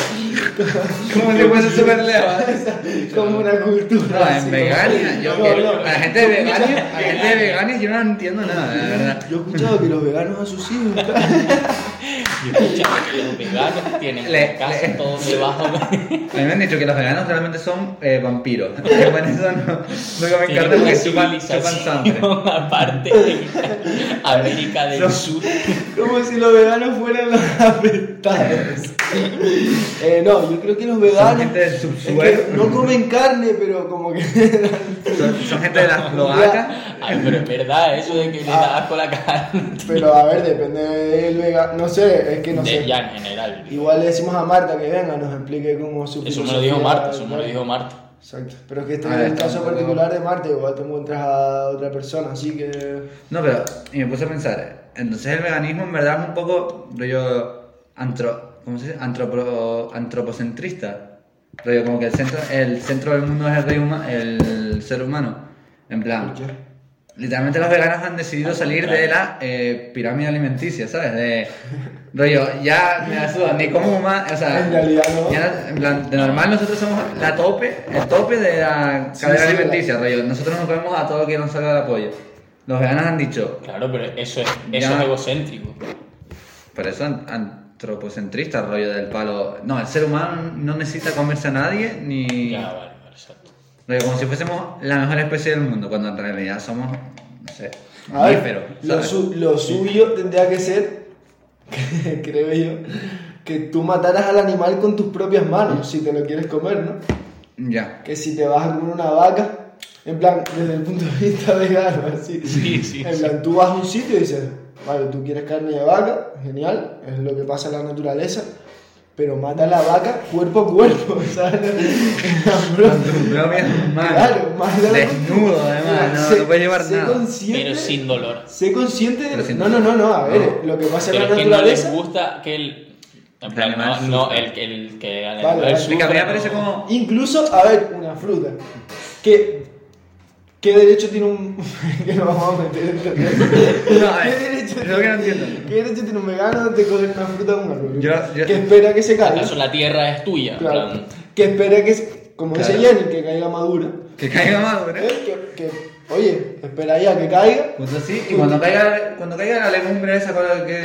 ¿Cómo se puede súper lejos?
Como una cultura.
No,
así,
en
como-
vegania, yo
No,
que-
no.
a la gente de vegania, a la gente de vegania yo no entiendo nada, la verdad.
Yo he escuchado que los veganos a sus hijos.
Y escucha, los veganos tienen
Le-
la casa
le-
todo debajo.
A mí me han dicho que los veganos realmente son eh, vampiros. Que Por eso no, no comen
Tienen
carne
una
porque chupan, chupan sangre.
civilización aparte de América del
Son-
Sur.
Como si los veganos fueran los afectados. Eh, no, yo creo que los veganos.
gente del
es que
subsuelo.
no comen carne, pero como que.
Son, son gente de las cloacas.
Ay, pero es verdad, eso de que le da asco la carne.
pero a ver, depende del vegano. No sé, es que no
De-
sé.
ya en general.
Igual le decimos a Marta que venga, nos explique cómo su
Eso me lo dijo Marta, eso me lo
filosofía-
dijo Marta.
Exacto, pero es que este
Ah,
es el
está
caso
un poco-
particular de Marta, igual te encuentras a otra persona, así que...
No, pero y me puse a pensar, Entonces el veganismo en verdad es un poco rollo antro, ¿cómo se dice? Antropro- antropocentrista. Rollo como que el centro, el centro del mundo es el, rey huma- el ser humano. En plan,
¿Por qué?
literalmente los veganos han decidido salir de la eh, pirámide alimenticia, ¿sabes? De rollo, ya me asuda, ni como humano, o sea,
En realidad no.
ya no- en plan, de normal nosotros somos la tope, el tope de la cadena
Sí, sí,
alimenticia, rollo. Nosotros nos comemos a todo lo que nos salga de la polla. Los veganos han dicho,
Claro, pero eso es, eso
Ya.
es egocéntrico.
Por eso an- antropocentrista, rollo del palo. No, el ser humano no necesita comerse a nadie, ni.
Ya, vale, vale, exacto.
rollo, como si fuésemos la mejor especie del mundo, cuando en realidad somos, no sé,
A ver,
mamíferos,
lo,
¿sabes?
su- lo suyo tendría que ser, creo yo, que tú mataras al animal con tus propias manos, si te lo quieres comer, ¿no?
Ya.
Que si te vas a comer una vaca, en plan, desde el punto de vista vegano, así.
Sí, sí,
En
sí.
plan, tú vas a un sitio y dices, vale, tú quieres carne de vaca, genial, es lo que pasa en la naturaleza, pero mata a la vaca cuerpo a cuerpo, ¿sabes?
Tu propia mano.
Claro, mátala.
Desnudo, además, no,
Sé-
no puedes llevar
sé
nada.
consciente-
Pero sin dolor.
Sé consciente
Pero
de...
sin
No, no, no, no, a ver,
No.
lo que pasa en
Pero
la
es que no les
naturaleza...
gusta que el. En
El
plan, no,
animal
no,
sufra.
el, el que al
Vale,
animal
vale.
Es que a mí me
sufra,
parece
no.
como.
Incluso, a ver, una fruta. ¿Qué, qué derecho tiene un... que nos vamos a meter en todo esto.
No, a ver,
¿Qué derecho
es lo que no entiendo.
¿Qué derecho tiene un vegano de coger una fruta de un árbol?
Yo- yo-
Que espera que se caiga.
¿Acaso la tierra es tuya? En
Claro.
plan,
Que espera que, se- como dice
Claro.
Jenny, que caiga madura.
Que caiga madura.
¿eh? Que, que- oye, espera ya que caiga.
Justo así, y cuando caiga, cuando caiga la legumbre esa con la que,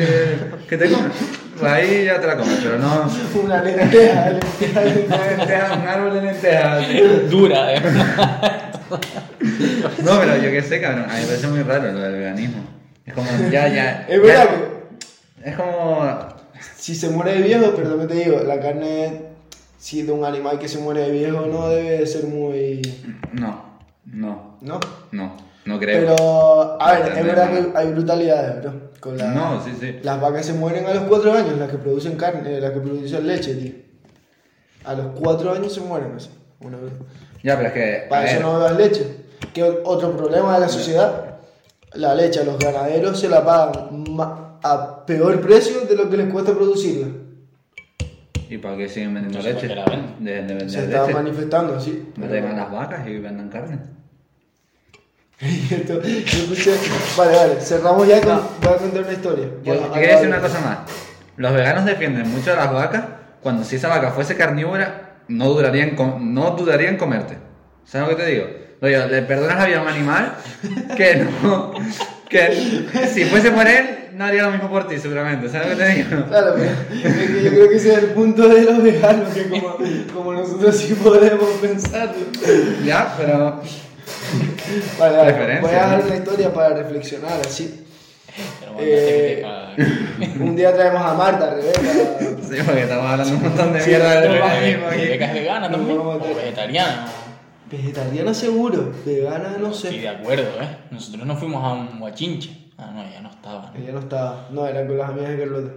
que te comes, pues ahí ya te la comes, pero no.
Una lenteja, lenteja,
Una
lenteja.
lenteja, un árbol de lentejas.
Dura, eh.
No, pero yo qué sé, cabrón. A mí me parece muy raro lo del veganismo. Es como, ya, ya.
Es verdad
ya-
que
Es como.
Si se muere de viejo, pero también te digo, la carne, si de un animal que se muere de viejo, no debe de ser muy.
No, no,
¿No?
no, no creo.
Pero, a ver, es
Entendemos.
verdad que hay brutalidades, bro. Con la-
No, sí, sí.
Las vacas se mueren a los 4 años, las que producen carne, eh, las que producen leche, tío. A los 4 años se mueren, así. Una vez.
Ya, pero es que. a
Para eso
ver,
no bebas leche. Que otro problema de la sociedad, la leche a los ganaderos se la pagan ma- a peor precio de lo que les cuesta producirla.
¿Y para qué siguen vendiendo
No sé por
leche?
qué la venden.
Dejen de
Se
vender
estaba
leche.
manifestando así.
No te van las vacas y vendan carne.
Y esto- yo escuché- Vale, vale, cerramos ya con. Voy a contar una historia.
Yo,
Bueno,
yo
ahora
quería decir
hablo.
una cosa más. Los veganos defienden mucho a las vacas. Cuando si esa vaca fuese carnívora, no durarían no dudarían comerte. ¿Sabes lo que te digo? Rollo, le perdonas la vida a un animal que no. que si fuese por él, no haría lo mismo por ti, seguramente. ¿Sabes lo que te digo?
Claro, pero es que yo creo que ese es el punto de los veganos, que como, como nosotros sí podemos pensarlo.
Ya, pero.
Vale, vale,
Preferencia,
voy a dejar
¿no?
una historia para reflexionar, así.
Pero
Eh,
manda gente a-
Un día traemos a Marta, Rebeca.
Sí, porque estamos hablando un montón de mierda del
Rebeca-
veganismo
Rebeca es
aquí.
vegana
No,
también.
no, no.
O vegetariana.
Vegetariana seguro, vegana no
Estoy
sé.
de acuerdo, eh. Nosotros nos fuimos a un guachinche. Ah, no, ya no estaba.
Ella no estaba, no, era con las amigas de Carlota.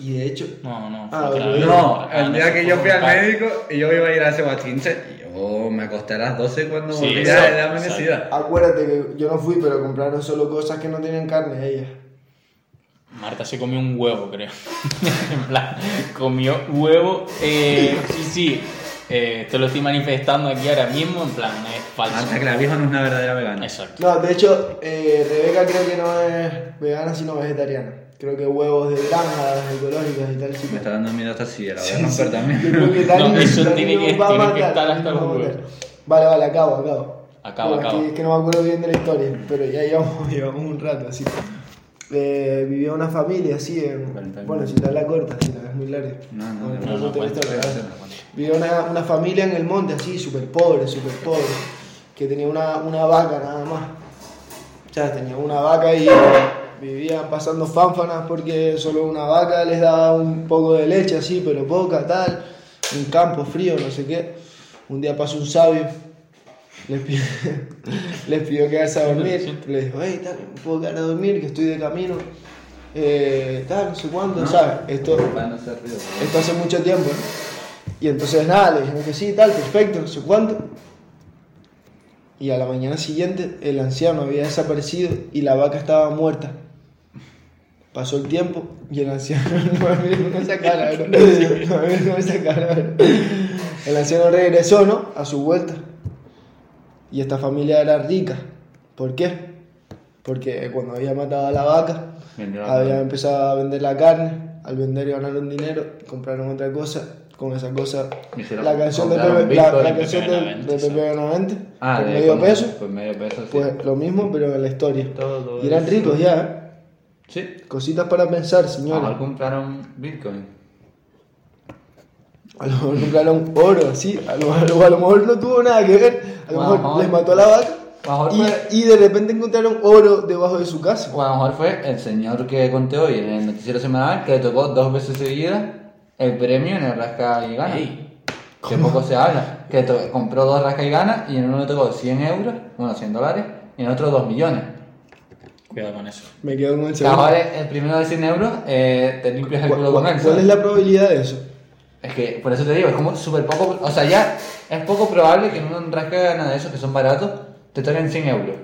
Y de hecho,
No, no.
Ah,
otra
ok.
vez.
No,
Ah,
el día
se
que
fue
yo fui al
un par.
médico y yo iba a ir a ese guachinche, y yo me acosté a las 12 cuando
Sí,
volví
exacto,
de la
exacto.
amanecida.
acuérdate que yo no fui, pero compraron solo cosas que no tenían carne, ella.
Marta se comió un huevo, creo. en plan, comió huevo. Eh, sí, sí. Eh, te lo estoy manifestando aquí ahora mismo. En plan, es falso.
Hasta que la vieja Ah, no es una verdadera vegana.
Exacto.
No, de hecho, eh, Rebeca creo que no es vegana, sino vegetariana. Creo que huevos de granjas ecológicas y tal. sí.
Me está dando miedo hasta así, la voy a
Sí, sí.
romper
Yo
también.
creo que Dani-
No, eso
Dani
tiene que-
nos va a
tiene que
matar,
estar
Dani
hasta
nos va a
los
matar.
huevos.
Vale, vale, acabo, acabo.
Acabo,
Bueno, es
acabo.
que- Es que no me acuerdo bien de la historia, pero ya llevamos, llevamos un rato así. Eh, vivía una familia así en.
Valentine.
Bueno, si te la corta, si la es muy larga.
No, no,
Bueno,
no,
no,
no,
te
cuenta,
gusta,
cuenta,
¿verdad?
cuenta.
Vivía una, una familia en el monte así, súper pobre, súper pobre, que tenía una, una vaca nada más. O sea, tenía una vaca y vivían pasando fánfanas porque solo una vaca les daba un poco de leche así, pero poca, tal. Un campo frío, no sé qué. Un día pasó un sabio, les pidió, les pidió quedarse a dormir. Les dijo, hey, tal, me puedo quedar a dormir, que estoy de camino. Eh, tal, no sé cuándo,
No.
¿sabes? Esto,
Para no ser ruido, ¿no?
esto hace mucho tiempo, ¿no? Y entonces nada, le dijeron que sí, tal, perfecto, no sé cuánto. Y a la mañana siguiente el anciano había desaparecido y la vaca estaba muerta. Pasó el tiempo y el anciano. No, mira, con esa cara, bro. No, mira, con esa cara, bro. El anciano regresó, ¿no? A su vuelta. Y esta familia era rica. ¿Por qué? Porque cuando había matado a la vaca,
Vendió la
había
carne.
empezado a vender la carne. Al vender ganaron dinero, compraron otra cosa. Con esa cosa,
Hicieron-
la canción de
compraron
Pepe, la,
Bitcoin,
la
Pepe
canción de,
Benavente,
de
sí.
Pepe Benavente,
Ah,
por
de
medio
cuando-
peso,
Por medio peso, sí.
pues lo mismo, pero en la historia.
Todo
Y eran
eso.
ricos ya,
Sí.
¿eh? Cositas para pensar,
A lo mejor
señores.
compraron Bitcoin.
A lo mejor compraron oro, sí. A lo, a lo- a lo mejor no tuvo nada que ver. A lo
A lo
mejor
mejor-
les mató a la vaca.
a lo mejor
Y,
fue-
y de repente encontraron oro debajo de su casa.
O a lo mejor fue el señor que conté hoy en el noticiero semanal que le tocó dos veces seguidas el premio en el rasca y gana.
Ey.
Que poco se habla. Que to- compró dos rasca y gana y en uno le tocó 100 euros, bueno, 100 dólares, y en otro 2 millones.
Cuidado con eso.
Me quedo con el segundo.
Ahora el primero de 100 euros eh, te limpias el
¿Cuál,
culo con él.
cuál- cuál
¿sabes?
es la probabilidad de eso?
Es que por eso te digo, es como súper poco. O sea, ya es poco probable que en un rasca y gana de esos que son baratos te toquen 100 euros.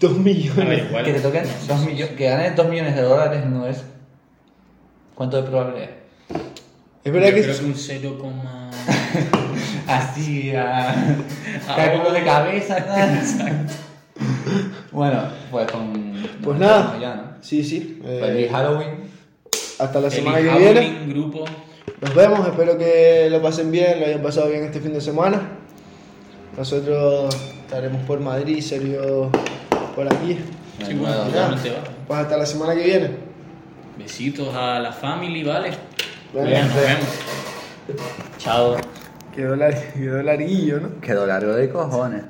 Dos
A ver,
millones.
igual.
Que te toquen 2 millones, que ganes 2 millones de dólares no es. ¿Cuánto de probabilidad?
Es verdad
yo
que.
creo que un 0, coma-
Así, a...
Ah,
cálculo de
oh.
cabeza, tal. Bueno, pues con.
Pues
no,
nada.
ya, ¿no?
Sí, sí. eh,
Feliz Halloween.
hasta la
Feliz
semana que
Halloween,
viene.
grupo.
Nos vemos. Espero que lo pasen bien, lo hayan pasado bien este fin de semana. Nosotros estaremos por Madrid, Sergio por aquí.
Sí,
Bueno,
bueno,
nada.
totalmente va.
Pues hasta la semana que viene.
Besitos a la family, ¿vale?
Bueno,
Nos vemos. Chao.
quedó, lar- quedó larguillo, ¿no?
Quedó largo de cojones.